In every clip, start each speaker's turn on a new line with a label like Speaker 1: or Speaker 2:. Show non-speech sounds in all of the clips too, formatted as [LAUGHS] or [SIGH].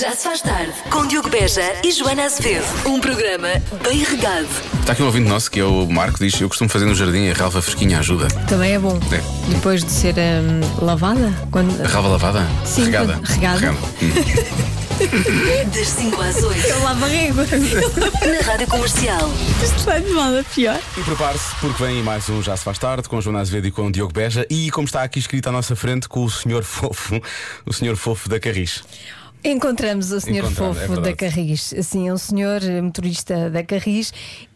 Speaker 1: Já se faz tarde com Diogo Beja e Joana Azevedo. Um programa bem regado.
Speaker 2: Está aqui um ouvinte nosso que é o Marco, diz: Eu costumo fazer no jardim a ralva fresquinha ajuda.
Speaker 3: Também é bom.
Speaker 2: É.
Speaker 3: Depois de ser hum, lavada? Quando...
Speaker 2: [LAUGHS] A ralva lavada?
Speaker 3: Sim,
Speaker 2: regada.
Speaker 3: regada.
Speaker 2: Hum.
Speaker 1: Das 5 às 8
Speaker 3: Eu lavo
Speaker 2: [LAUGHS]
Speaker 3: a régua.
Speaker 1: na Rádio Comercial.
Speaker 3: Isto vai de mal a pior.
Speaker 2: E prepare-se, porque vem mais um Já Se Faz Tarde com Joana Azevedo e com Diogo Beja. E como está aqui escrito à nossa frente, com o senhor [LAUGHS] fofo, o senhor fofo da Carris.
Speaker 3: Encontramos o senhor
Speaker 2: Encontramos, é
Speaker 3: fofo
Speaker 2: verdade.
Speaker 3: da Carris. Assim, é um senhor eh, motorista da Carris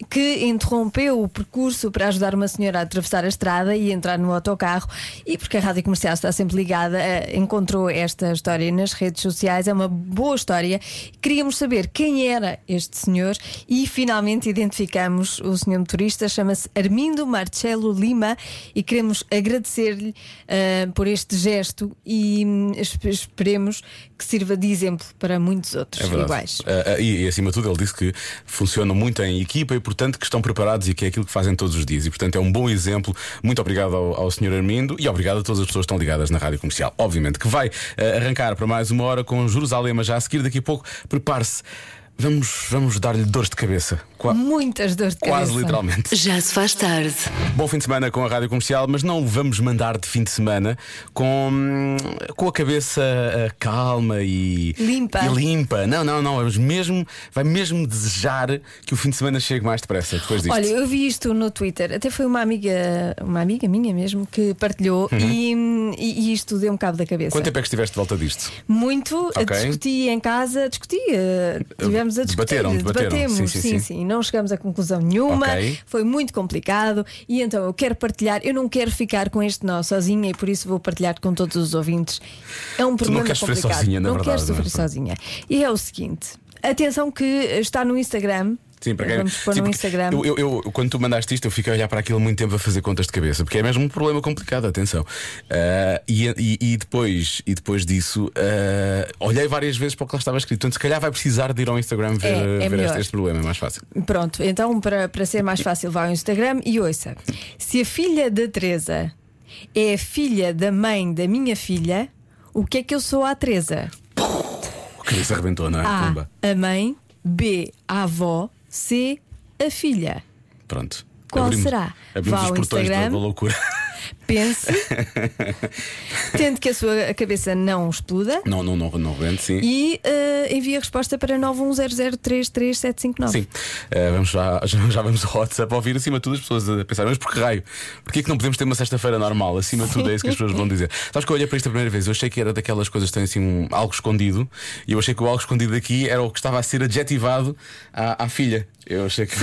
Speaker 3: que interrompeu o percurso para ajudar uma senhora a atravessar a estrada e entrar no autocarro. E porque a rádio comercial está sempre ligada, eh, encontrou esta história nas redes sociais. É uma boa história. Queríamos saber quem era este senhor e finalmente identificamos o senhor motorista. Chama-se Armindo Marcelo Lima e queremos agradecer-lhe eh, por este gesto e hum, esp- esperemos que sirva de exemplo para muitos outros
Speaker 2: É verdade.
Speaker 3: iguais.
Speaker 2: Ah, ah, e, e, acima de tudo, ele disse que funcionam muito em equipa e, portanto, que estão preparados e que é aquilo que fazem todos os dias. E, portanto, é um bom exemplo. Muito obrigado ao, ao Sr. Armindo e obrigado a todas as pessoas que estão ligadas na rádio comercial. Obviamente, que vai ah, arrancar para mais uma hora com Jerusalém, mas já a seguir, daqui a pouco, prepare-se. Vamos, vamos dar-lhe dores de cabeça. Qua-
Speaker 3: Muitas dores de
Speaker 2: Quase
Speaker 3: Hum, cabeça.
Speaker 2: literalmente.
Speaker 1: Já se faz tarde.
Speaker 2: Bom fim de semana com a Rádio Comercial, mas não vamos mandar de fim de semana com, hum, com a cabeça ah, calma e
Speaker 3: Limpa.
Speaker 2: e limpa. Não, não, não. Vamos mesmo, vai mesmo desejar que o fim de semana chegue mais depressa depois disto.
Speaker 3: Olha, eu vi isto no Twitter, até foi uma amiga, uma amiga minha mesmo, que partilhou e, hum, e, e isto deu um cabo da cabeça.
Speaker 2: Uhum. Quanto tempo é que estiveste de volta disto?
Speaker 3: Muito,
Speaker 2: Ok.
Speaker 3: discuti em casa, discuti, eh, tivemos a discutir,
Speaker 2: Debateram, debateram.
Speaker 3: debatemos,
Speaker 2: Sim, sim, sim.
Speaker 3: não chegamos a conclusão nenhuma,
Speaker 2: Ok.
Speaker 3: foi muito complicado e então eu quero partilhar, eu não quero ficar com este nó sozinha e por isso vou partilhar com todos os ouvintes. É um problema
Speaker 2: queres sofrer
Speaker 3: complicado.
Speaker 2: sozinha, na
Speaker 3: não
Speaker 2: verdade,
Speaker 3: quero sofrer
Speaker 2: não é?
Speaker 3: sozinha. E é o seguinte, atenção que está no Instagram. Eh,
Speaker 2: Sim, para quem...
Speaker 3: Vamos pôr
Speaker 2: Sim,
Speaker 3: no
Speaker 2: porque
Speaker 3: Instagram.
Speaker 2: Eu, eu- eu- quando tu mandaste isto, eu fiquei a olhar para aquilo muito tempo a fazer contas de cabeça, porque é mesmo um problema complicado, atenção. Ah, e, e- e depois, e depois disso, ah, olhei várias vezes para o que lá estava escrito. Portanto, se calhar vai precisar de ir ao Instagram ver,
Speaker 3: É, é
Speaker 2: ver este,
Speaker 3: melhor.
Speaker 2: este problema, é mais fácil.
Speaker 3: Pronto, então para, para ser mais fácil, vá ao Instagram e ouça. Se a filha da Teresa é a filha da mãe da minha filha, o que é que eu sou à Teresa?
Speaker 2: O cabeça arrebentou, não é?
Speaker 3: A.
Speaker 2: Pumba.
Speaker 3: A mãe, B. A avó, C. A filha.
Speaker 2: Pronto.
Speaker 3: Qual
Speaker 2: Abrimos-
Speaker 3: será?
Speaker 2: Abrimos
Speaker 3: Vá
Speaker 2: os
Speaker 3: ao
Speaker 2: portões da,
Speaker 3: Instagram.
Speaker 2: da loucura. [LAUGHS]
Speaker 3: Pense, tente que a sua cabeça não exploda
Speaker 2: Não, não, não, não revente, sim.
Speaker 3: e eh, envie a resposta para 910033759.
Speaker 2: Sim, Eh, vamos já, [LAUGHS] já, já vamos ao WhatsApp ouvir acima de tudo as pessoas a pensar, mas por que raio? Porquê é que não podemos ter uma sexta-feira normal? Acima de tudo é isso que as pessoas vão dizer. Sabes que eu olhei para isto a primeira vez, eu achei que era daquelas coisas que têm assim um, algo escondido, e eu achei que o algo escondido aqui era o que estava a ser adjetivado à, à filha. Eu achei [LAUGHS] que.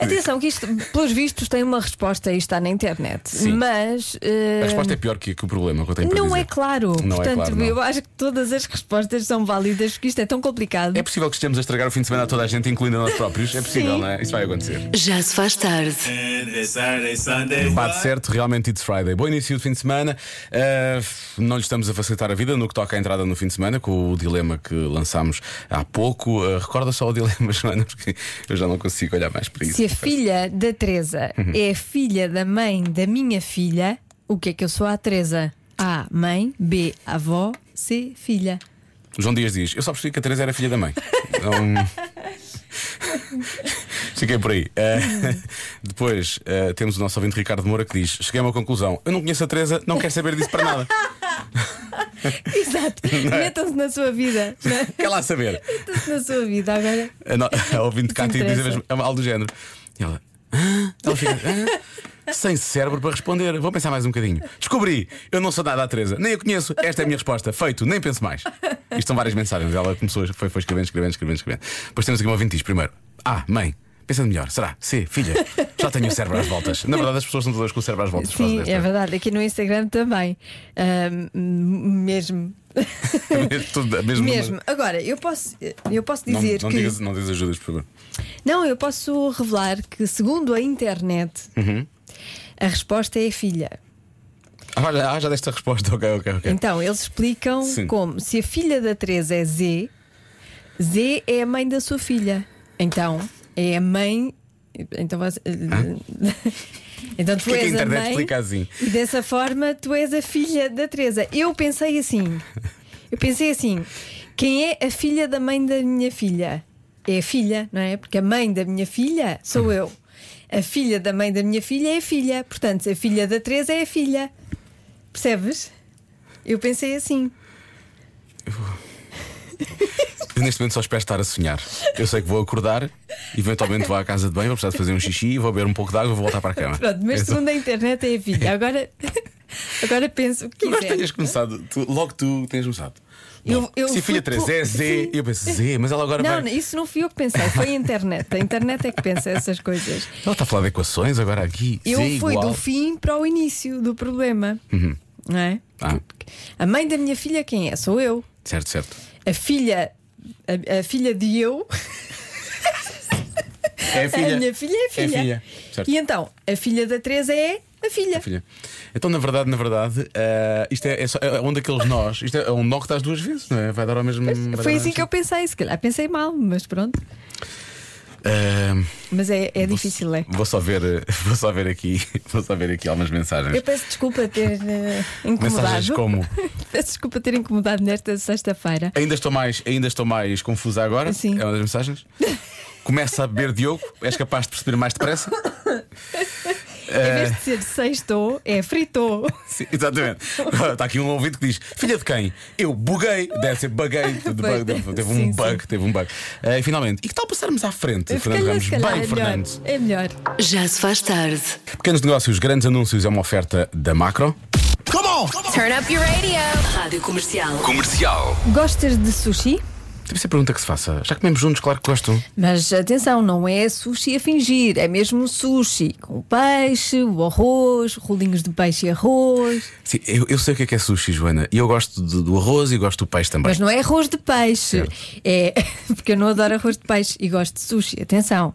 Speaker 3: Atenção, que isto, pelos vistos, tem uma resposta e está na internet.
Speaker 2: Sim.
Speaker 3: Mas.
Speaker 2: a
Speaker 3: eh,
Speaker 2: resposta é pior que, que o problema que eu tenho para
Speaker 3: Não
Speaker 2: dizer.
Speaker 3: é claro.
Speaker 2: Não é
Speaker 3: Portanto,
Speaker 2: claro, não.
Speaker 3: eu acho que todas as respostas são válidas, porque isto é tão complicado.
Speaker 2: É possível que estejamos a estragar o fim de semana a toda a gente, incluindo a nós próprios. É possível,
Speaker 3: Sim.
Speaker 2: não é? Isso vai acontecer.
Speaker 1: Já se faz tarde.
Speaker 4: And it's Saturday, Sunday.
Speaker 2: Bate certo, realmente It's Friday. Bom início de fim de semana. Uh, não lhe estamos a facilitar a vida no que toca à entrada no fim de semana, com o dilema que lançámos há pouco. Uh, recorda só o dilema, [LAUGHS] Joana, porque eu já não consigo olhar mais para isso.
Speaker 3: Se a filha da Teresa
Speaker 2: Uhum.
Speaker 3: é a filha da mãe da minha filha, o que é que eu sou à Teresa? A. Mãe. B. Avó. C. Filha. [LAUGHS]
Speaker 2: João Dias diz: Eu só percebi que a Teresa era filha da mãe. Então. [LAUGHS] Fiquei por aí. Uh, [LAUGHS] depois uh, temos o nosso ouvinte Ricardo Moura que diz: Cheguei a uma conclusão. Eu não conheço a Teresa, não quero saber disso para
Speaker 3: [LAUGHS]
Speaker 2: nada.
Speaker 3: Exato.
Speaker 2: é?
Speaker 3: Metam-se na sua vida.
Speaker 2: Quer lá saber.
Speaker 3: Metam-se na sua vida agora.
Speaker 2: A, É no, [LAUGHS] a ouvinte Cátia diz a
Speaker 3: Desinteressa.
Speaker 2: mesma, é algo do género. E ela. "Hã?" Ela fica. "Hã?" Sem cérebro para responder. Vou pensar mais um bocadinho. Descobri. Eu não sou nada à Teresa. Nem a conheço. Esta é a minha resposta. Feito. Nem penso mais. Isto são várias mensagens. Ela começou. Foi, foi escrevendo, escrevendo, escrevendo, escrevendo. Depois temos aqui uma ouvinte que diz, primeiro. Ah, mãe. Pensando melhor. Será? Sim, filha. Já tenho o cérebro às voltas. Na verdade, as pessoas estão todas com o cérebro às voltas. por causa
Speaker 3: Sim,
Speaker 2: desta.
Speaker 3: é verdade. Aqui no Instagram também. Ahm, mesmo.
Speaker 2: Tudo- [LAUGHS] mesmo numa-
Speaker 3: Mesmo. Agora, eu posso, eu posso
Speaker 2: Não,
Speaker 3: dizer
Speaker 2: não,
Speaker 3: que.
Speaker 2: digas, não digas ajudas, por favor.
Speaker 3: Não, eu posso revelar que, segundo a internet,
Speaker 2: Uhum.
Speaker 3: a resposta é filha.
Speaker 2: Ah, já- ah, já deste a resposta. Ok, ok, ok.
Speaker 3: Então, eles explicam
Speaker 2: É. Sim.
Speaker 3: como se a filha da Teresa é Z, Z é a mãe da sua filha. Então, é a mãe. Então, você- [LAUGHS] então tu
Speaker 2: Porquê que a
Speaker 3: és a,
Speaker 2: internet
Speaker 3: mãe.
Speaker 2: explica assim?
Speaker 3: E dessa forma, tu és a filha da Teresa. Eu pensei assim. Eu pensei assim. Quem é a filha da mãe da minha filha? É a filha, não é? Porque a mãe da minha filha sou eu. A filha da mãe da minha filha é a filha. Portanto, a filha da Teresa é a filha. Percebes? Eu pensei assim.
Speaker 2: Eu neste momento só espero estar a sonhar. Eu sei que vou acordar, eventualmente vou à casa de banho, vou precisar de fazer um xixi, vou beber um pouco de água e vou voltar para a cama.
Speaker 3: Pronto, mas
Speaker 2: É só-
Speaker 3: segundo a internet é a filha. Agora, [LAUGHS] agora penso o que
Speaker 2: Mas
Speaker 3: quiser.
Speaker 2: tenhas começado, tu- logo tu tens começado.
Speaker 3: né? Eu-
Speaker 2: Bom,
Speaker 3: eu
Speaker 2: se a filha
Speaker 3: fui
Speaker 2: 3 é
Speaker 3: por-
Speaker 2: Z,
Speaker 3: Sim.
Speaker 2: eu penso Z, mas ela agora
Speaker 3: Não,
Speaker 2: vai.
Speaker 3: não, isso não fui eu que pensei, foi a internet. A internet é que pensa essas coisas.
Speaker 2: Ela está a falar de equações agora aqui.
Speaker 3: Eu
Speaker 2: Z
Speaker 3: fui
Speaker 2: igual. Uhum.
Speaker 3: do fim para o início do problema. Não é?
Speaker 2: Ah.
Speaker 3: A mãe da minha filha quem é? Sou eu.
Speaker 2: Certo, certo.
Speaker 3: A filha, a, a filha de eu,
Speaker 2: É a filha.
Speaker 3: [LAUGHS] [LAUGHS] a minha filha é a filha.
Speaker 2: filha, certo. é
Speaker 3: E então, a filha da Teresa é a filha.
Speaker 2: A filha. Então, na verdade, na verdade, ah, isto é, é só- é um daqueles nós. Isto é um nó que estás duas vezes, não é? Vai dar ao mesmo. vai
Speaker 3: Foi
Speaker 2: dar ao
Speaker 3: assim que eu
Speaker 2: mesmo-
Speaker 3: pensei, se calhar pensei mal, mas pronto.
Speaker 2: Ah,
Speaker 3: Mas é, é difícil, é.
Speaker 2: Vou só ver, [LAUGHS] eh, vou só ver aqui, [LAUGHS] vou só ver aqui algumas mensagens.
Speaker 3: Eu peço desculpa ter eh, incomodado.
Speaker 2: Mensagens como?
Speaker 3: [LAUGHS] peço desculpa ter incomodado nesta sexta-feira.
Speaker 2: Ainda estou mais, ainda estou mais confusa agora.
Speaker 3: Sim.
Speaker 2: É uma das
Speaker 3: [LAUGHS]
Speaker 2: mensagens. Começa a beber Diogo, és capaz de perceber mais
Speaker 3: [LAUGHS]
Speaker 2: depressa?
Speaker 3: Em vez de ser sextou, é fritou.
Speaker 2: Eh. Sim, exatamente. Está aqui um ouvido que diz: Filha de quem? Eu buguei, deve ser
Speaker 3: [LAUGHS]
Speaker 2: buguei. de bug, de- Teve um
Speaker 3: Sim,
Speaker 2: bug, teve um bug. Eh, e finalmente, e que tal passarmos à frente,
Speaker 3: Se
Speaker 2: Fernando
Speaker 3: calhar,
Speaker 2: Ramos?
Speaker 3: se calhar
Speaker 2: Bem,
Speaker 3: é melhor.
Speaker 2: Fernando.
Speaker 3: É melhor.
Speaker 1: Já se faz tarde.
Speaker 2: Pequenos negócios, grandes anúncios é uma oferta da macro.
Speaker 5: Turn up your radio.
Speaker 1: Rádio Comercial.
Speaker 3: Gostas de sushi?
Speaker 2: Deve ser a pergunta que se faça. Já comemos juntos, claro que gostam.
Speaker 3: Mas atenção, não é sushi a fingir, é mesmo sushi com peixe, o arroz, rolinhos de peixe e arroz.
Speaker 2: Sim, eu, eu sei o que é, que é sushi, Joana. E eu gosto do, do arroz e gosto do peixe também.
Speaker 3: Mas não é arroz de peixe.
Speaker 2: Certo.
Speaker 3: É [LAUGHS] porque eu não adoro arroz de peixe e gosto de sushi, atenção.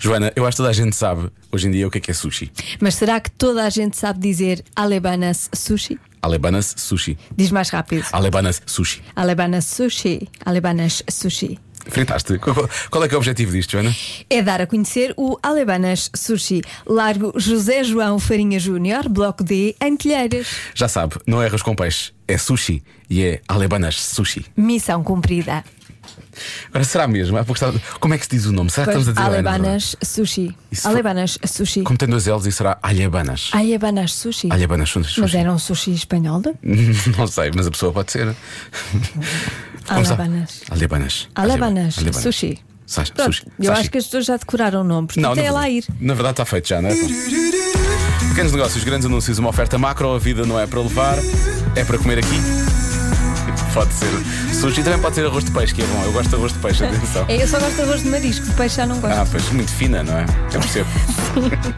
Speaker 2: Joana, eu acho que toda a gente sabe hoje em dia o que é, que é sushi.
Speaker 3: Mas será que toda a gente sabe dizer alebanas sushi?
Speaker 2: Alebanas sushi.
Speaker 3: Diz mais rápido.
Speaker 2: Alebanas sushi.
Speaker 3: Alebanas sushi, alebanas sushi.
Speaker 2: Fritaste. Qual, qual- qual é que é o objetivo disto, Joana?
Speaker 3: É dar a conhecer o Alebanas Sushi, Largo José João Farinha Júnior, Bloco D, em Telheiras.
Speaker 2: Já sabe, não erras com peixe. É sushi e é alebanas sushi.
Speaker 3: Missão cumprida.
Speaker 2: Agora será mesmo? Há pouco estava- Como é que se diz o nome? Será que estamos a dizer alebanas?
Speaker 3: Alebanas Sushi.
Speaker 2: Isso foi-
Speaker 3: Alebanas Sushi.
Speaker 2: Como tem dois L's e será alhebanas.
Speaker 3: Alebanas Sushi.
Speaker 2: Alhebanas sushi.
Speaker 3: Mas era um sushi espanhol?
Speaker 2: [LAUGHS] Não sei, mas a pessoa pode ser. Vamos lá.
Speaker 3: Alebanas.
Speaker 2: Alebanas.
Speaker 3: Alebanas Sushi.
Speaker 2: Sa- Sushi.
Speaker 3: Pronto, eu
Speaker 2: Sashi.
Speaker 3: acho que as pessoas já decoraram o nome, portanto
Speaker 2: na
Speaker 3: é lá ir.
Speaker 2: verdade- Na verdade está feito já, não é? Pequenos negócios, grandes anúncios, uma oferta macro, a vida não é para levar, é para comer aqui. Pode ser sushi, também pode ser arroz de peixe, que é bom. Eu gosto de arroz de peixe,
Speaker 3: [LAUGHS]
Speaker 2: atenção.
Speaker 3: É, eu só gosto de arroz de marisco, de peixe já não gosto.
Speaker 2: Ah, pois, muito fina, não é? Eu percebo.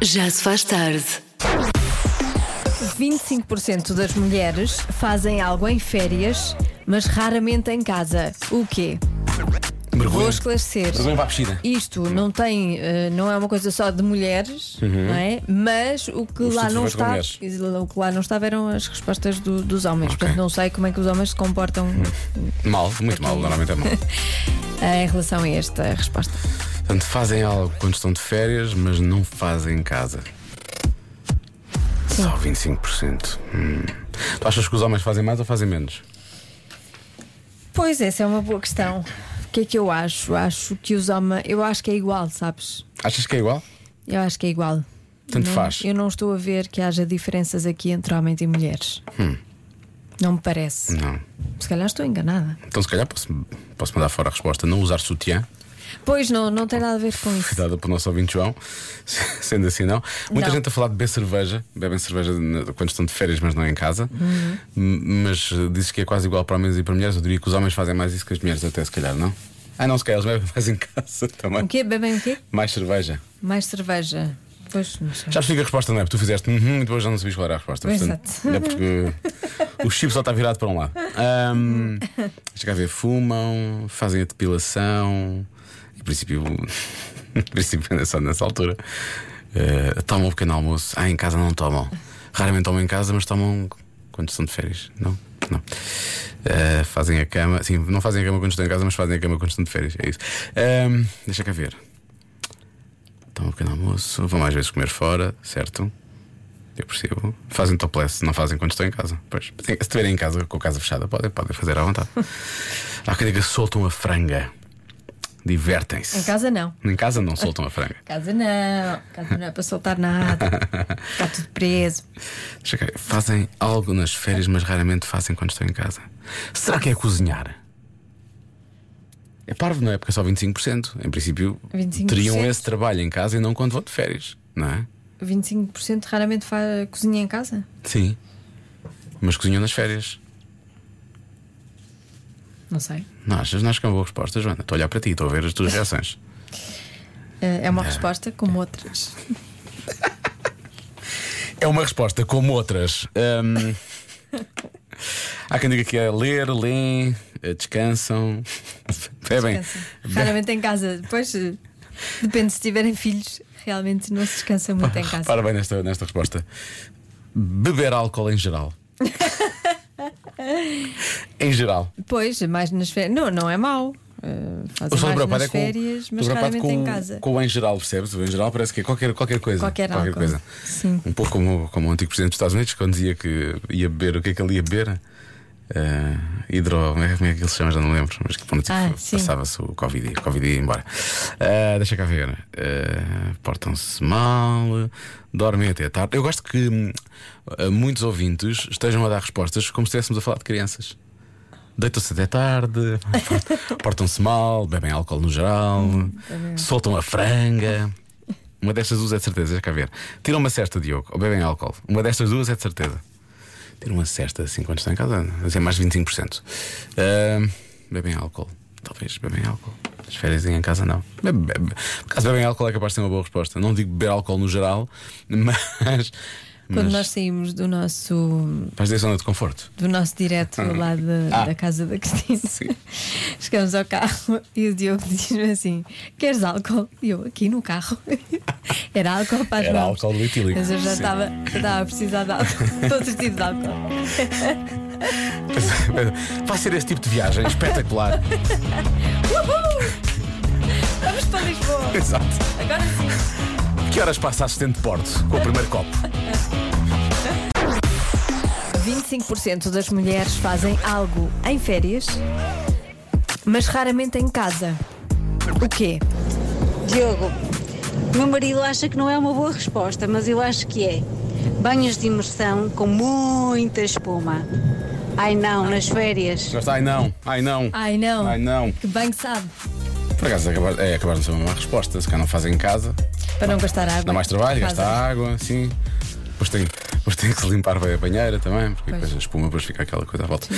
Speaker 1: Já se faz tarde.
Speaker 2: Ah.
Speaker 3: 25% das mulheres fazem algo em férias, mas raramente em casa. O quê? Vou
Speaker 2: Mergulho.
Speaker 3: esclarecer.
Speaker 2: Mergulho para a piscina.
Speaker 3: Isto não tem, eh, não é uma coisa só de mulheres, não é? Mas o que
Speaker 2: Uhum. Os
Speaker 3: lá
Speaker 2: estudos feitos
Speaker 3: não
Speaker 2: com
Speaker 3: estava,
Speaker 2: mulheres.
Speaker 3: o que lá não estava eram as respostas do- dos homens. Portanto, não sei como é que os homens se comportam
Speaker 2: Uhum. Mal, muito mal, normalmente é mal.
Speaker 3: eh, em relação a esta resposta.
Speaker 2: Portanto, fazem algo quando estão de férias, mas não fazem em casa. Só 25%. Hum. Tu achas que os homens fazem mais ou fazem menos?
Speaker 3: Pois essa é uma boa questão. O que é que eu acho? Acho que os homens, eu acho que é igual, sabes?
Speaker 2: Achas que é igual?
Speaker 3: Eu acho que é igual.
Speaker 2: Tanto
Speaker 3: Não-
Speaker 2: faz.
Speaker 3: Eu não estou a ver que haja diferenças aqui entre homens e mulheres.
Speaker 2: Hum.
Speaker 3: Não me parece.
Speaker 2: Não.
Speaker 3: Se calhar estou enganada.
Speaker 2: Então, se calhar, posso, posso mandar fora a resposta: não usar sutiã. é
Speaker 3: Pois não, não tem nada a ver com isso.
Speaker 2: dada pelo nosso ouvinte João, [LAUGHS] sendo assim não. Muita
Speaker 3: Não.
Speaker 2: gente a falar de beber cerveja, bebem cerveja na- quando estão de férias, mas não em casa.
Speaker 3: Uhum.
Speaker 2: M- Mas eh, dizes que é quase igual para homens e para mulheres. Eu diria que os homens fazem mais isso que as mulheres, até se calhar, não? Ah, não, se calhar eles bebem [LAUGHS] mais em casa também.
Speaker 3: O quê? Bebem o quê?
Speaker 2: Mais cerveja.
Speaker 3: Mais cerveja. Pois, não sei.
Speaker 2: Já percebi que a resposta não é, porque tu fizeste uhum, muito boa, já não sabias qual era a resposta.
Speaker 3: Exato.
Speaker 2: ainda porque o chip só está virado para um lado. Ahm, Chega a ver, fumam, fazem a depilação, em princípio, [LAUGHS] em princípio ainda só nessa altura. Eh, tomam um pequeno almoço. Ah, em casa não tomam. Raramente tomam em casa, mas tomam quando estão de férias. Não? Não. Eh, fazem a cama. Sim, não fazem a cama quando estão em casa, mas fazem a cama quando estão de férias. É isso. Ahm, deixa cá ver. Tomam um pequeno almoço, vão mais vezes comer fora, certo? Eu percebo. Fazem topless, não fazem quando estou em casa. Pois, se estiverem em casa com a casa fechada, podem, podem fazer à [LAUGHS] vontade. Há quem diga soltam a franga. Divertem-se.
Speaker 3: Em casa não.
Speaker 2: Em casa não soltam a franga.
Speaker 3: Casa não, casa não é para
Speaker 2: [LAUGHS]
Speaker 3: soltar nada, está tudo preso.
Speaker 2: Deixa cá ver. Fazem algo nas férias, mas raramente fazem quando estou em casa. Será que é cozinhar? É parvo, não é? Porque é só 25%. Em princípio,
Speaker 3: 25%.
Speaker 2: teriam esse trabalho em casa e não quando vão de férias, não é?
Speaker 3: 25% raramente faz cozinha em casa?
Speaker 2: Sim. Mas cozinham nas férias.
Speaker 3: Não sei.
Speaker 2: Não achas, não achas que é uma boa resposta, Joana? Estou a olhar para ti, estou a ver as
Speaker 3: [LAUGHS]
Speaker 2: tuas reações.
Speaker 3: É uma resposta como outras.
Speaker 2: É uma resposta como outras. Hum, Há quem diga que é ler, leem, eh, descansam, [LAUGHS] É bebem.
Speaker 3: Descansa. Raramente em casa. Depois eh, depende se tiverem filhos, realmente não se
Speaker 2: [LAUGHS]
Speaker 3: descansa muito em casa.
Speaker 2: Para bem nesta, nesta resposta. Beber álcool em geral. em geral.
Speaker 3: Depois, mais nas férias. Não, não é mau. Eh,
Speaker 2: Eu
Speaker 3: Fazem
Speaker 2: sou
Speaker 3: mais
Speaker 2: preocupado
Speaker 3: nas
Speaker 2: é com,
Speaker 3: férias, mas
Speaker 2: estou preocupado
Speaker 3: raramente
Speaker 2: com,
Speaker 3: em
Speaker 2: o-
Speaker 3: casa.
Speaker 2: com o em geral, percebes? O em geral parece que é qualquer, qualquer coisa.
Speaker 3: Qualquer álcool.
Speaker 2: coisa.
Speaker 3: Sim.
Speaker 2: Um pouco como, como o antigo presidente dos Estados Unidos, quando dizia que ia beber, o que é que ele ia beber? Eh, hidro, como é como é que ele se chama? Já não lembro, mas que pronto,
Speaker 3: Ah,
Speaker 2: f-
Speaker 3: sim.
Speaker 2: passava-se o Covid, e- COVID ia embora. Eh, deixa cá ver. Eh, Portam-se mal, dormem até tarde. Eu gosto que hum, eh, muitos ouvintes estejam a dar respostas como se estivéssemos a falar de crianças. Deitam-se até
Speaker 3: [LAUGHS]
Speaker 2: tarde, port- portam-se mal, bebem álcool no geral,
Speaker 3: Hum, tá
Speaker 2: soltam a franga. Uma destas duas é de certeza, deixa cá ver. Tiram uma cesta, Diogo, ou bebem álcool. Uma destas duas é de certeza. Tiram uma cesta assim quando estão em casa, assim, mais de 25%. Ahm, Hum, bebem álcool. Talvez bebem álcool. As férias em casa não. Bebe, bebe. Por acaso bebem álcool é capaz de ser uma boa resposta. Não digo beber álcool no geral, [LAUGHS] mas.
Speaker 3: Quando
Speaker 2: mas
Speaker 3: nós saímos do nosso,
Speaker 2: Faz dizer zona de conforto.
Speaker 3: do nosso
Speaker 2: [LAUGHS]
Speaker 3: direto lá da,
Speaker 2: Ah.
Speaker 3: da casa da Cristina,
Speaker 2: Sim.
Speaker 3: [LAUGHS] chegamos ao carro e o Diogo diz-me assim: Queres álcool? E eu, aqui no carro. [LAUGHS] Era álcool para as
Speaker 2: Era
Speaker 3: mãos.
Speaker 2: álcool etílico.
Speaker 3: Mas eu já
Speaker 2: Sim.
Speaker 3: estava já estava a precisar de álcool, [LAUGHS] de outro tipo de álcool.
Speaker 2: [LAUGHS] Vai ser esse tipo de viagem espetacular.
Speaker 3: Vamos para Lisboa,
Speaker 2: Exato.
Speaker 3: agora sim.
Speaker 2: Que horas passa a assistente de Porto com o primeiro copo?
Speaker 3: 25% das mulheres fazem algo em férias, mas raramente em casa. O quê?
Speaker 6: Diogo, meu marido acha que não é uma boa resposta, mas eu acho que é. Banhos de imersão com muita espuma. Ai não, nas férias.
Speaker 2: Gosta? Ai não, ai não.
Speaker 3: Ai não.
Speaker 2: Ai não.
Speaker 3: Que bem que sabe.
Speaker 2: Por acaso acabar, é, acabaram de ser uma má resposta. Se cá não fazem em casa,
Speaker 3: Para não gastar água.
Speaker 2: dá mais trabalho,
Speaker 3: Fazem.
Speaker 2: gasta água, sim. Depois tem, depois tem que se limpar bem a banheira também, porque
Speaker 3: Pois.
Speaker 2: depois a espuma depois fica aquela coisa à volta.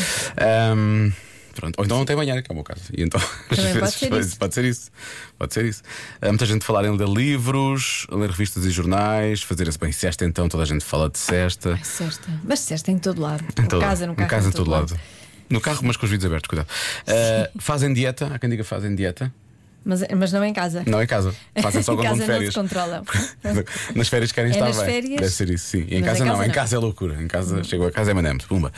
Speaker 2: Ahm, pronto. Ou então não tem banheira, que é o meu caso. E então, [LAUGHS] às
Speaker 3: Também pode
Speaker 2: vezes,
Speaker 3: ser
Speaker 2: pois,
Speaker 3: isso.
Speaker 2: pode ser isso. Pode ser isso. Há muita gente a falar em ler livros, a ler revistas e jornais, fazer esse bem cesta, então toda a gente fala de cesta.
Speaker 3: Ai, Cesta. Mas cesta em todo lado.
Speaker 2: Em
Speaker 3: Em
Speaker 2: todo
Speaker 3: casa,
Speaker 2: lado.
Speaker 3: no carro.
Speaker 2: em casa, em todo lado. No carro, mas com os vidros abertos, cuidado. Ah, fazem dieta, há quem diga fazem dieta.
Speaker 3: Mas, mas não em casa.
Speaker 2: Não em casa. Fazem só
Speaker 3: [LAUGHS] Em
Speaker 2: quando vão
Speaker 3: casa
Speaker 2: de
Speaker 3: não
Speaker 2: férias.
Speaker 3: se controlam.
Speaker 2: [LAUGHS] nas férias querem
Speaker 3: É
Speaker 2: estar
Speaker 3: nas
Speaker 2: bem.
Speaker 3: férias?
Speaker 2: Deve ser isso, sim. E em
Speaker 3: Mas
Speaker 2: casa, não, em casa é loucura. Em
Speaker 3: Uhum.
Speaker 2: casa, chegou a casa é mandamos, pumba.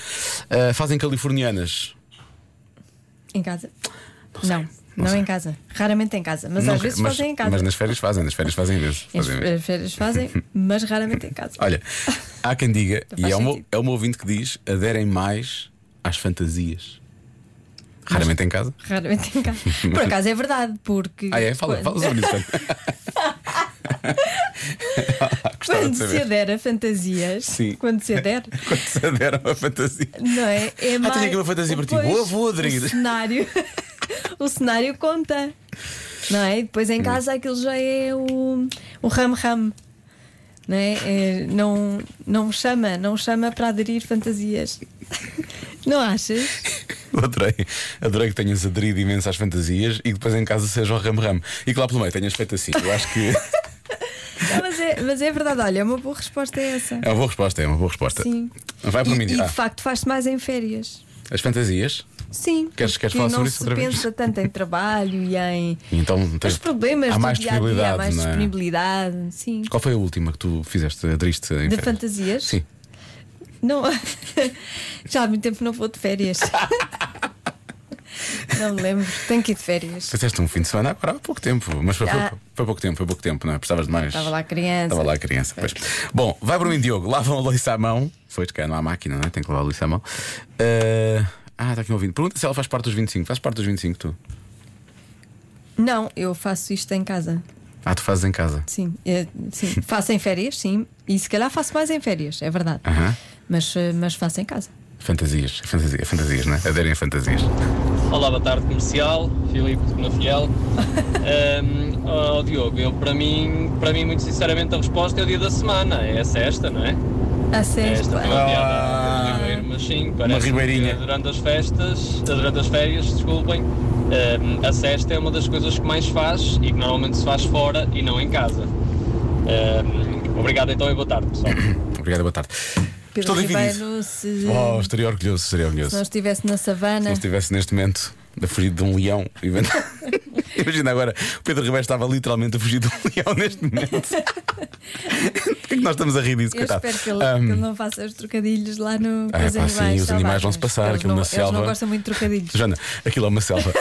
Speaker 2: Ah, fazem californianas.
Speaker 3: Em casa? Não,
Speaker 2: sei,
Speaker 3: não,
Speaker 2: não sei.
Speaker 3: em casa. Raramente em casa. Mas às
Speaker 2: Nunca-
Speaker 3: vezes
Speaker 2: mas,
Speaker 3: fazem em casa.
Speaker 2: Mas nas férias fazem, nas férias fazem imenso.
Speaker 3: As
Speaker 2: Fazem imenso.
Speaker 3: as férias fazem,
Speaker 2: [LAUGHS]
Speaker 3: mas raramente em casa.
Speaker 2: Olha, há quem diga,
Speaker 3: Não
Speaker 2: e
Speaker 3: [LAUGHS] faz
Speaker 2: é uma,
Speaker 3: sentido.
Speaker 2: é uma ouvinte que diz: aderem mais às fantasias. Raramente em casa?
Speaker 3: [LAUGHS]
Speaker 2: [LAUGHS]
Speaker 3: Raramente em casa. Por acaso é verdade, porque.
Speaker 2: Ah, é? Fala, fala
Speaker 3: quando,
Speaker 2: sobre isso.
Speaker 3: [LAUGHS]
Speaker 2: [LAUGHS] Gostava
Speaker 3: quando
Speaker 2: de
Speaker 3: se
Speaker 2: saber.
Speaker 3: adere a fantasias,
Speaker 2: Sim.
Speaker 3: quando se adere,
Speaker 2: [LAUGHS] Quando se adere a uma fantasia.
Speaker 3: não é? é
Speaker 2: Ah,
Speaker 3: mais,
Speaker 2: tenho aqui uma fantasia para ti.
Speaker 3: Pois,
Speaker 2: Boa, vou aderir.
Speaker 3: O cenário, [LAUGHS] o cenário conta, não é? E Depois em casa aquilo já é o, o ram-ram. Não, é? É, não, não chama, não chama para aderir fantasias. [LAUGHS] Não achas?
Speaker 2: Eu [LAUGHS] Adorei, adorei que tenhas aderido imenso às fantasias e que depois em casa seja o ram-ram. E que lá pelo meio tenhas feito assim. Eu acho
Speaker 3: [LAUGHS]
Speaker 2: que
Speaker 3: Não, mas, é, mas é verdade, olha, uma boa resposta é essa.
Speaker 2: é uma boa resposta, é uma boa resposta.
Speaker 3: Sim.
Speaker 2: Vai para
Speaker 3: E,
Speaker 2: mim.
Speaker 3: e
Speaker 2: Ah,
Speaker 3: de facto faz-se mais em férias.
Speaker 2: as fantasias.
Speaker 3: Sim.
Speaker 2: Queres- queres falar
Speaker 3: porque
Speaker 2: sobre
Speaker 3: não
Speaker 2: isso
Speaker 3: se
Speaker 2: outra vez?
Speaker 3: pensa tanto em trabalho e em
Speaker 2: E Então tens-
Speaker 3: os problemas
Speaker 2: há mais
Speaker 3: do dia a dia, há
Speaker 2: disponibilidade.
Speaker 3: mais
Speaker 2: não é?
Speaker 3: disponibilidade. Sim.
Speaker 2: Qual foi a última que tu fizeste aderiste em
Speaker 3: De
Speaker 2: férias?
Speaker 3: fantasias?
Speaker 2: Sim.
Speaker 3: [LAUGHS] Não, já há muito tempo não vou de férias. [LAUGHS] Não me lembro. Tenho que ir de férias.
Speaker 2: Fizeste um fim de semana agora há pouco tempo, mas foi,
Speaker 3: Ah.
Speaker 2: foi- foi pouco tempo, foi pouco tempo, não é? Precisavas de mais.
Speaker 3: Estava lá a É. criança.
Speaker 2: Estava lá a criança. Pois. Bom, vai Bruno Diogo, lavam a louça à mão. Foi de cá, não há máquina, não é? Tem que lavar a louça à mão. Eh, ah, está aqui um ouvinte. Pergunta se ela faz parte dos 25. Faz parte dos 25, tu?
Speaker 3: Não, eu faço isto em casa.
Speaker 2: Ah, tu fazes em casa.
Speaker 3: Sim, é,
Speaker 2: [LAUGHS]
Speaker 3: sim. faço em férias, sim. E se calhar faço mais em férias, é verdade.
Speaker 2: Aham.
Speaker 3: Mas, eh, mas faço em casa.
Speaker 2: Fantasias, fantasias, fantasias, não é? Aderem a fantasias.
Speaker 7: Olá, boa tarde comercial, Filipe de Penafiel. Um, oh, Diogo, eu, para, mim, para mim, muito sinceramente, a resposta é o dia da semana, é a sexta, não é?
Speaker 3: A
Speaker 7: Esta foi uma
Speaker 3: sexta.
Speaker 7: piada do Ribeiro, mas sim, parece que
Speaker 2: ribeirinha.
Speaker 7: durante as festas, durante as férias, desculpem, um, a cesta é uma das coisas que mais faz e que normalmente se faz fora e não em casa. Um, obrigado então e boa tarde, pessoal.
Speaker 2: Obrigado, boa tarde.
Speaker 3: Pedro
Speaker 2: Estou dividido.
Speaker 3: Ribeiro, se,
Speaker 2: Oh, estaria orgulhoso, estaria orgulhoso.
Speaker 3: se não estivesse na
Speaker 2: Se
Speaker 3: savana.
Speaker 2: não estivesse neste momento a fugir de um leão.
Speaker 3: [LAUGHS]
Speaker 2: Imagina- Imagina agora, o Pedro Ribeiro estava literalmente a fugir de um leão neste momento.
Speaker 3: [LAUGHS]
Speaker 2: Porquê que nós estamos a rir disso,
Speaker 3: Eu
Speaker 2: coitado?
Speaker 3: espero que ele,
Speaker 2: Ahm,
Speaker 3: que ele não faça os trocadilhos lá no.
Speaker 2: Ah,
Speaker 3: com
Speaker 2: pá, sim, os animais vão-se passar,
Speaker 3: Eles
Speaker 2: aquilo
Speaker 3: não,
Speaker 2: na
Speaker 3: eles
Speaker 2: selva.
Speaker 3: não gostam muito de trocadilhos.
Speaker 2: Joana, aquilo é uma selva.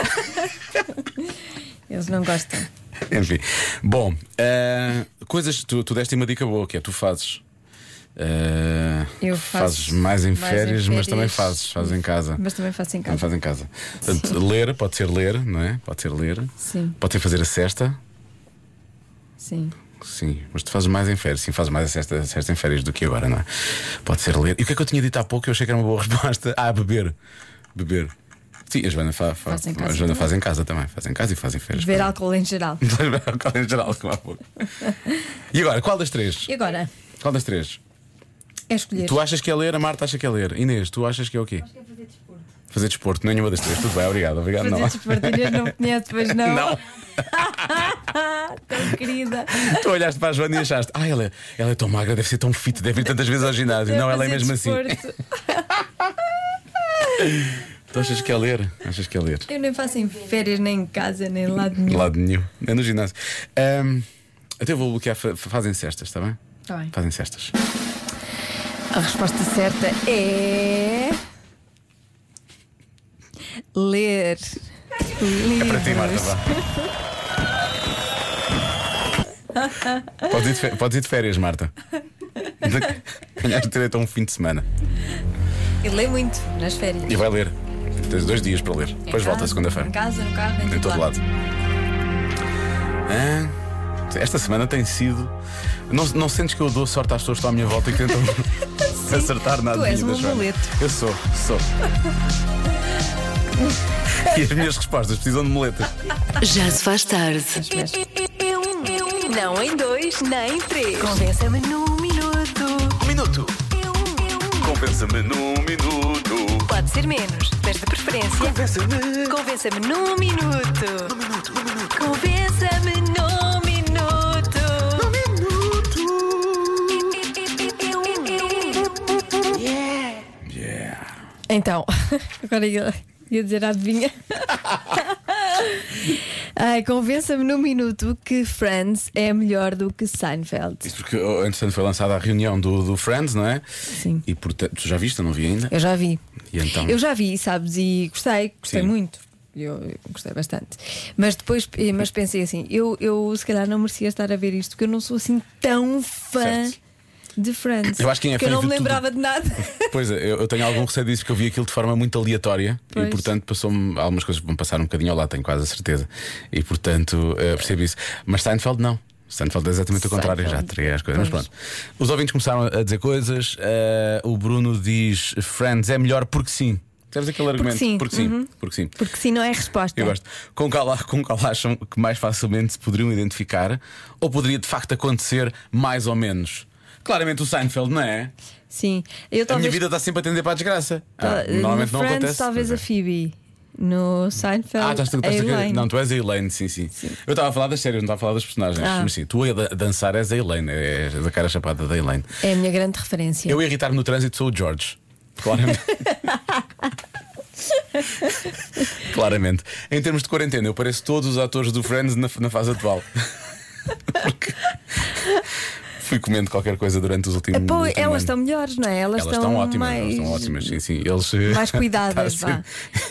Speaker 3: Eles não gostam.
Speaker 2: [LAUGHS] Enfim. Bom, ah, coisas. Tu, tu deste uma dica boa, que é tu fazes. ah,
Speaker 3: Eu
Speaker 2: fazes
Speaker 3: faço
Speaker 2: mais em
Speaker 3: mais em
Speaker 2: férias, mas
Speaker 3: férias.
Speaker 2: também fazes, fazes em casa.
Speaker 3: Mas também faço em
Speaker 2: Também
Speaker 3: casa.
Speaker 2: fazes em casa. Portanto, ler, pode ser ler, não é? Pode ser ler.
Speaker 3: Sim.
Speaker 2: Pode ser fazer a cesta.
Speaker 3: Sim.
Speaker 2: Sim, mas tu fazes mais em férias, sim, fazes mais a cesta, a cesta em férias do que agora, não é? Pode ser ler. E o que é que eu tinha dito há pouco? Eu achei que era uma boa [LAUGHS] resposta. Ah, beber. Beber. Sim, a Joana, fa, fa-
Speaker 3: Faz em
Speaker 2: a
Speaker 3: casa
Speaker 2: Joana
Speaker 3: também.
Speaker 2: faz em casa também. Faz em casa e faz em férias.
Speaker 3: Beber álcool em geral.
Speaker 2: Beber álcool em geral, como há pouco. E agora, qual das três?
Speaker 3: E agora?
Speaker 2: Qual das três?
Speaker 3: É escolher.
Speaker 2: Tu achas que é ler, a Marta acha que é ler. Inês, tu achas que é o quê? Acho que é fazer desporto. Fazer desporto, nenhuma das três. Tudo bem, obrigado, obrigado.
Speaker 3: Fazer
Speaker 2: não. [LAUGHS]
Speaker 3: desportilhas não me conhece, pois não. [LAUGHS] Ah,
Speaker 2: Não.
Speaker 3: Tão querida.
Speaker 2: Tu olhaste para a Joana e achaste, ah, ela, é- ela é tão magra, deve ser tão fit, deve ir tantas vezes ao ginásio. Não, ela é
Speaker 3: Fazer
Speaker 2: mesmo assim.
Speaker 3: desporto.
Speaker 2: Tu achas que é ler? Achas que é ler?
Speaker 3: Eu nem faço em férias, nem em casa, nem em lado
Speaker 2: De
Speaker 3: nenhum.
Speaker 2: lado nenhum. É no ginásio. Ahm, até vou bloquear. fa- fa- Fazem cestas, está bem?
Speaker 3: Está bem.
Speaker 2: Fazem cestas.
Speaker 3: A resposta certa é. Ler. Livros.
Speaker 2: É Para ti, Marta, vá. Podes ir, de fe- podes ir de férias, Marta. Ganhaste direito a um fim de semana.
Speaker 3: Eu leio muito nas férias.
Speaker 2: E vai ler. Tens dois dias para ler. Depois
Speaker 3: Em
Speaker 2: volta
Speaker 3: casa,
Speaker 2: segunda-feira.
Speaker 3: Em casa, no carro,
Speaker 2: Em todo lado. Ah, esta semana tem sido. Não, não sentes que eu dou sorte às pessoas que estão à minha volta e que tentam
Speaker 3: [LAUGHS]
Speaker 2: acertar nada
Speaker 3: Tu és um
Speaker 2: boleto.
Speaker 3: amuleto.
Speaker 2: Eu sou,
Speaker 3: [LAUGHS]
Speaker 2: sou. e as minhas respostas precisam de moletas.
Speaker 1: Já se faz tarde. Não em dois, nem em três. Convença-me num minuto.
Speaker 2: Um minuto. Compensa-me num minuto.
Speaker 1: Pode ser menos, mas de preferência.
Speaker 2: Compensa-me.
Speaker 1: Convença-me num minuto. Convença-me num minuto. Num minuto.
Speaker 2: Yeah.
Speaker 3: Então, [LAUGHS] agora ia, ia dizer a adivinha. [LAUGHS] Ai, convença-me num minuto que Friends é melhor do que Seinfeld.
Speaker 2: Isso porque, oh, entretanto, foi lançada a reunião do, do Friends, não é?
Speaker 3: Sim.
Speaker 2: E portanto, tu já viste? Eu não vi ainda.
Speaker 3: Eu já vi.
Speaker 2: E então?
Speaker 3: Eu já vi, sabes, e gostei, gostei
Speaker 2: Sim.
Speaker 3: muito. Eu, eu gostei bastante. Mas depois eh, mas pensei assim: eu, eu se calhar não merecia estar a ver isto, porque eu não sou assim tão fã
Speaker 2: Certo.
Speaker 3: de Friends.
Speaker 2: Eu acho que quem é
Speaker 3: Porque
Speaker 2: fã
Speaker 3: eu não
Speaker 2: de
Speaker 3: me
Speaker 2: tudo-
Speaker 3: lembrava de
Speaker 2: [LAUGHS]
Speaker 3: nada.
Speaker 2: Pois é, eu, eu tenho algum receio disso, porque eu vi aquilo de forma muito aleatória e,
Speaker 3: Pois.
Speaker 2: portanto, passou-me. Algumas coisas vão passar um bocadinho ao lado, tenho quase a certeza. E, portanto, eh, percebo isso. Mas Seinfeld não. Seinfeld é exatamente o contrário, já
Speaker 3: Seinfeld.
Speaker 2: teria as coisas. Mas
Speaker 3: Pois.
Speaker 2: pronto. Os ouvintes começaram a dizer coisas. eh, o Bruno diz: Friends é melhor porque sim. Temos aquele argumento.
Speaker 3: sim,
Speaker 2: Porque sim.
Speaker 3: uhum.
Speaker 2: Porque sim.
Speaker 3: Porque se não é a resposta.
Speaker 2: Eu gosto. Com qual, com qual acham que mais facilmente se poderiam identificar? Ou poderia de facto acontecer mais ou menos? Claramente o Seinfeld, não é?
Speaker 3: Sim. Eu
Speaker 2: A minha
Speaker 3: talvez
Speaker 2: vida está sempre a tender para a desgraça. Ah,
Speaker 3: Tal-
Speaker 2: normalmente
Speaker 3: no
Speaker 2: não
Speaker 3: Friends,
Speaker 2: acontece.
Speaker 3: talvez a
Speaker 2: mas é.
Speaker 3: Phoebe. No Seinfeld. é
Speaker 2: Ah, estás tu, estás
Speaker 3: a
Speaker 2: tu-
Speaker 3: Elaine.
Speaker 2: Não, tu és a Elaine, sim, sim. Eu estava a falar das séries, não estava a falar dos personagens.
Speaker 3: Ah.
Speaker 2: Mas sim, tu a da- dançar és a Elaine, és da cara chapada da Elaine.
Speaker 3: É a minha grande referência.
Speaker 2: Eu a irritar-me no trânsito sou o George.
Speaker 3: [LAUGHS]
Speaker 2: Claramente. Claramente. Em termos de quarentena, eu pareço todos os atores do Friends na, na fase atual. Porque [LAUGHS] fui comendo qualquer coisa durante os últimos
Speaker 3: Eh, Pô,
Speaker 2: último ano.
Speaker 3: elas estão melhores, não é? Elas,
Speaker 2: Hum, Elas estão ótimas, elas
Speaker 3: mais...
Speaker 2: estão ótimas, sim, sim. Eles, eh, [LAUGHS]
Speaker 3: mais cuidadas,
Speaker 2: tá a ser- [LAUGHS]
Speaker 3: vá.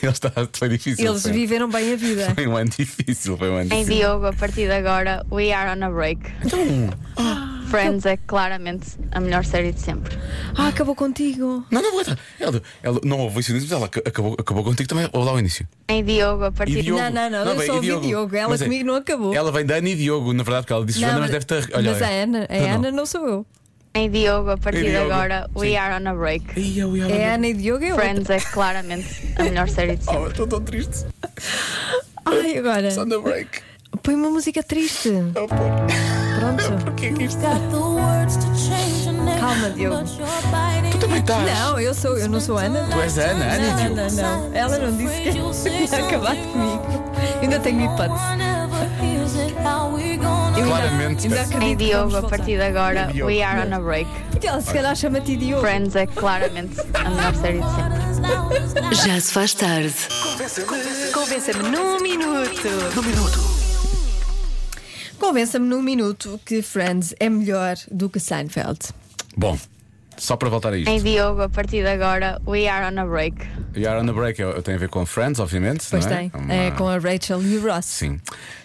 Speaker 2: Eles está, foi difícil.
Speaker 3: Eles
Speaker 2: foi,
Speaker 3: viveram bem a vida.
Speaker 2: foi um ano difícil, foi um ano
Speaker 8: Em
Speaker 2: difícil.
Speaker 8: Diogo, a partir de agora, we are on a break.
Speaker 2: Então,
Speaker 8: [LAUGHS]
Speaker 2: ah.
Speaker 8: Friends é claramente a melhor série de sempre.
Speaker 3: Ah, acabou contigo.
Speaker 2: Não, não, outra. Ela, ela, não houve o início, mas ela ac- acabou, acabou contigo também. Houve lá o início.
Speaker 8: Em Diogo, a partir de
Speaker 2: Diogo.
Speaker 3: Tipo, Não, não, não, eu
Speaker 2: bem,
Speaker 3: só
Speaker 2: e
Speaker 3: ouvi Diogo, ela
Speaker 2: Mas é,
Speaker 3: comigo não acabou.
Speaker 2: Ela vem da Ana e Diogo, na verdade, porque ela disse Joana, mas deve ter. Olha, Tá
Speaker 3: mas a Ana, a
Speaker 2: Não,
Speaker 3: Ana
Speaker 2: não.
Speaker 3: não sou eu.
Speaker 8: Em Diogo, a partir
Speaker 2: Em
Speaker 8: de
Speaker 2: Diogo,
Speaker 8: agora,
Speaker 2: sim.
Speaker 8: we are on a break.
Speaker 2: Ai, eu, eu,
Speaker 3: É a
Speaker 2: eu,
Speaker 3: Ana e Diogo é outra.
Speaker 8: Friends é claramente a melhor série de sempre.
Speaker 2: Oh, eu estou tão triste.
Speaker 3: Ai, agora.
Speaker 2: Só na break.
Speaker 3: Põe uma música triste.
Speaker 2: Oh, pô.
Speaker 3: Pronto.
Speaker 2: [LAUGHS] Porquê que isto?
Speaker 3: Calma, Diogo.
Speaker 2: Tu também estás.
Speaker 3: Não, eu sou, eu não sou a Ana.
Speaker 2: Tu és a Ana, Ana e Diogo.
Speaker 3: Não, não. Ela não disse que tinha acabado comigo. Ainda tenho hipótese. Eu ainda-
Speaker 2: Claramente.
Speaker 3: Ainda
Speaker 8: Em
Speaker 3: acredito que
Speaker 8: Diogo,
Speaker 3: vamos
Speaker 8: a
Speaker 3: voltar.
Speaker 8: partir de agora,
Speaker 2: Em Diogo.
Speaker 8: we are on a break.
Speaker 3: Porque ela se calhar chama-te Diogo.
Speaker 8: Friends é claramente a melhor série de sempre.
Speaker 1: Já se faz tarde. Convença-me num minuto.
Speaker 3: Convença-me num minuto que Friends é melhor do que Seinfeld.
Speaker 2: Bom, só para voltar a isto.
Speaker 8: Em Diogo, a partir de agora, we are on a break.
Speaker 2: You Are on the Break eu, eu tenho a ver com Friends, obviamente.
Speaker 3: Pois
Speaker 2: não é?
Speaker 3: tem.
Speaker 2: Uma-
Speaker 3: É, com a Rachel e o Ross.
Speaker 2: Sim.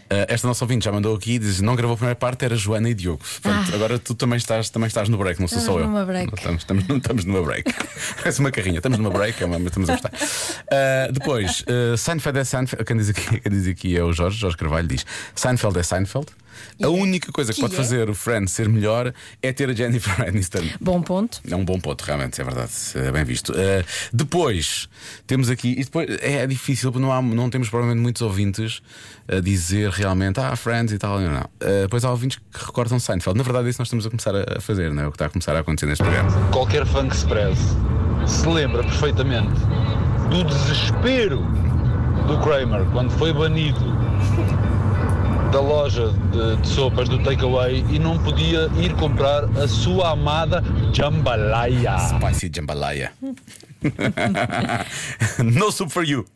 Speaker 2: Ah, esta nossa ouvinte já mandou aqui e diz: não gravou a primeira parte, era Joana e Diogo. Portanto, agora tu também estás, também estás no break, não sou
Speaker 3: Ah. Estamos
Speaker 2: só eu.
Speaker 3: numa break.
Speaker 2: Não Estamos, estamos, [LAUGHS] não estamos numa break. Parece uma carrinha, estamos numa break, é uma, mas estamos a gostar. Ah, depois, ah, Seinfeld é Seinfeld. Quem diz, aqui, quem diz aqui é o Jorge, Jorge Carvalho diz: Seinfeld é Seinfeld. A única coisa que, pode
Speaker 3: é?
Speaker 2: fazer o Friends ser melhor é ter a Jennifer Aniston.
Speaker 3: Bom ponto.
Speaker 2: É um bom ponto, realmente, é verdade, é bem visto. Eh, depois, temos aqui, e depois é difícil, porque não, há, não temos provavelmente muitos ouvintes a dizer realmente, ah, Friends e tal, não, não. Eh, depois há ouvintes que recortam Seinfeld. Na verdade, é isso que nós estamos a começar a a fazer, não é? O que está a começar a acontecer neste programa.
Speaker 9: Qualquer fã que se preze se lembra perfeitamente do desespero do Kramer quando foi banido da loja de, de sopas do takeaway e não podia ir comprar a sua amada jambalaya.
Speaker 2: Spicy Jambalaya. [LAUGHS] no soup for you.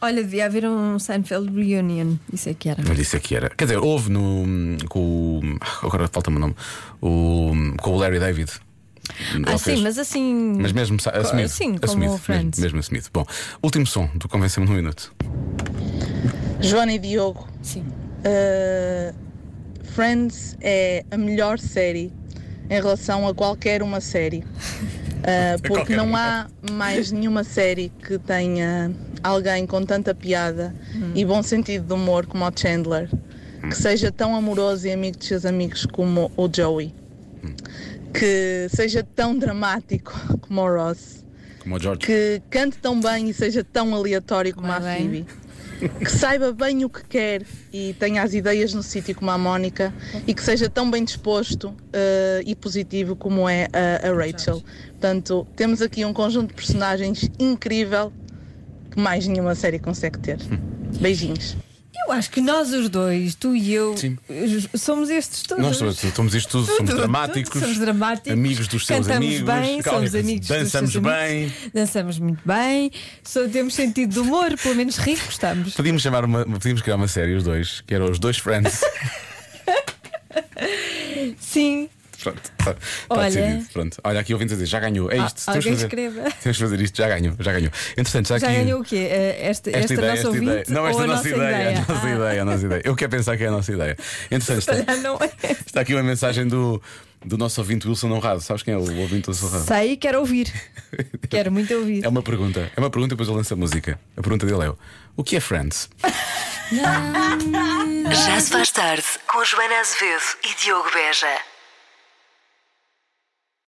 Speaker 3: Olha, devia haver um Seinfeld reunion. Isso é que era.
Speaker 2: Não disse que era. Quer dizer, houve no. Com, o- ah, agora falta-me o nome. O, com o Larry David.
Speaker 3: Ah,
Speaker 2: Ele fez.
Speaker 3: sim, mas assim.
Speaker 2: Mas mesmo sa- assumido.
Speaker 3: sim, como
Speaker 2: assumido,
Speaker 3: o Friends.
Speaker 2: Mesmo, mesmo assumido. Bom, último som do Convença-me num minuto.
Speaker 10: Joana e Diogo.
Speaker 3: Sim.
Speaker 10: Uh, Friends é a melhor série em relação a qualquer uma série. Uh, porque
Speaker 2: qualquer
Speaker 10: não
Speaker 2: uma.
Speaker 10: há mais nenhuma série que tenha alguém com tanta piada e bom sentido de humor como o Chandler,
Speaker 2: Hum.
Speaker 10: que seja tão amoroso e amigo dos seus amigos como o Joey,
Speaker 2: Hum.
Speaker 10: que seja tão dramático [LAUGHS] como o Ross
Speaker 2: Como o George.
Speaker 10: que cante tão bem e seja tão aleatório como a
Speaker 3: Vai bem.
Speaker 10: Phoebe. Que saiba bem o que quer e tenha as ideias no sítio como a Mónica e que seja tão bem disposto eh, e positivo como é a, a Rachel. Portanto, temos aqui um conjunto de personagens incrível que mais nenhuma série consegue ter. Beijinhos.
Speaker 3: Eu acho que nós os dois, tu e eu,
Speaker 2: Sim.
Speaker 3: eh, somos estes todos.
Speaker 2: Nós somos, somos isto tudo, somos
Speaker 3: Tudo,
Speaker 2: dramáticos,
Speaker 3: tudo, somos dramáticos,
Speaker 2: amigos dos seus
Speaker 3: cantamos
Speaker 2: amigos,
Speaker 3: bem,
Speaker 2: calma,
Speaker 3: somos amigos dos
Speaker 2: dançamos
Speaker 3: seus
Speaker 2: bem.
Speaker 3: amigos, dançamos muito bem, só temos sentido de humor, pelo menos ricos estamos.
Speaker 2: Podíamos chamar uma, podíamos criar uma série, os dois, que eram os dois
Speaker 3: [LAUGHS]
Speaker 2: friends.
Speaker 3: Sim,
Speaker 2: Pronto, está
Speaker 3: Olha.
Speaker 2: decidido. Pronto. Olha, aqui ouvintes a dizer, já ganhou, é
Speaker 3: Ah,
Speaker 2: isto. temos, que
Speaker 3: alguém
Speaker 2: fazer,
Speaker 3: escreva.
Speaker 2: [LAUGHS] temos que fazer isto, já ganhou, já ganhou. Entretanto, já,
Speaker 3: já
Speaker 2: aqui.
Speaker 3: ganhou o quê? Eh, Esta,
Speaker 2: Esta,
Speaker 3: esta
Speaker 2: ideia,
Speaker 3: nossa
Speaker 2: esta
Speaker 3: ouvinte?
Speaker 2: ideia. Não, esta
Speaker 3: ou
Speaker 2: é a nossa ideia,
Speaker 3: ideia?
Speaker 2: a nossa
Speaker 3: Ah,
Speaker 2: ideia, a nossa ideia. Eu quero pensar que é a nossa ideia.
Speaker 3: [LAUGHS]
Speaker 2: Entretanto,
Speaker 3: se calhar
Speaker 2: está,
Speaker 3: [LAUGHS] não é.
Speaker 2: está aqui uma mensagem do, do nosso ouvinte Wilson Honrado. Sabes quem é o ouvinte Wilson Honrado?
Speaker 3: Sei e
Speaker 2: [LAUGHS]
Speaker 3: quero ouvir. Quero muito ouvir.
Speaker 2: É uma pergunta. É uma pergunta e depois eu lanço a música. A pergunta dele é: O que é Friends?
Speaker 1: Já se faz tarde com Joana Azevedo e Diogo Beja.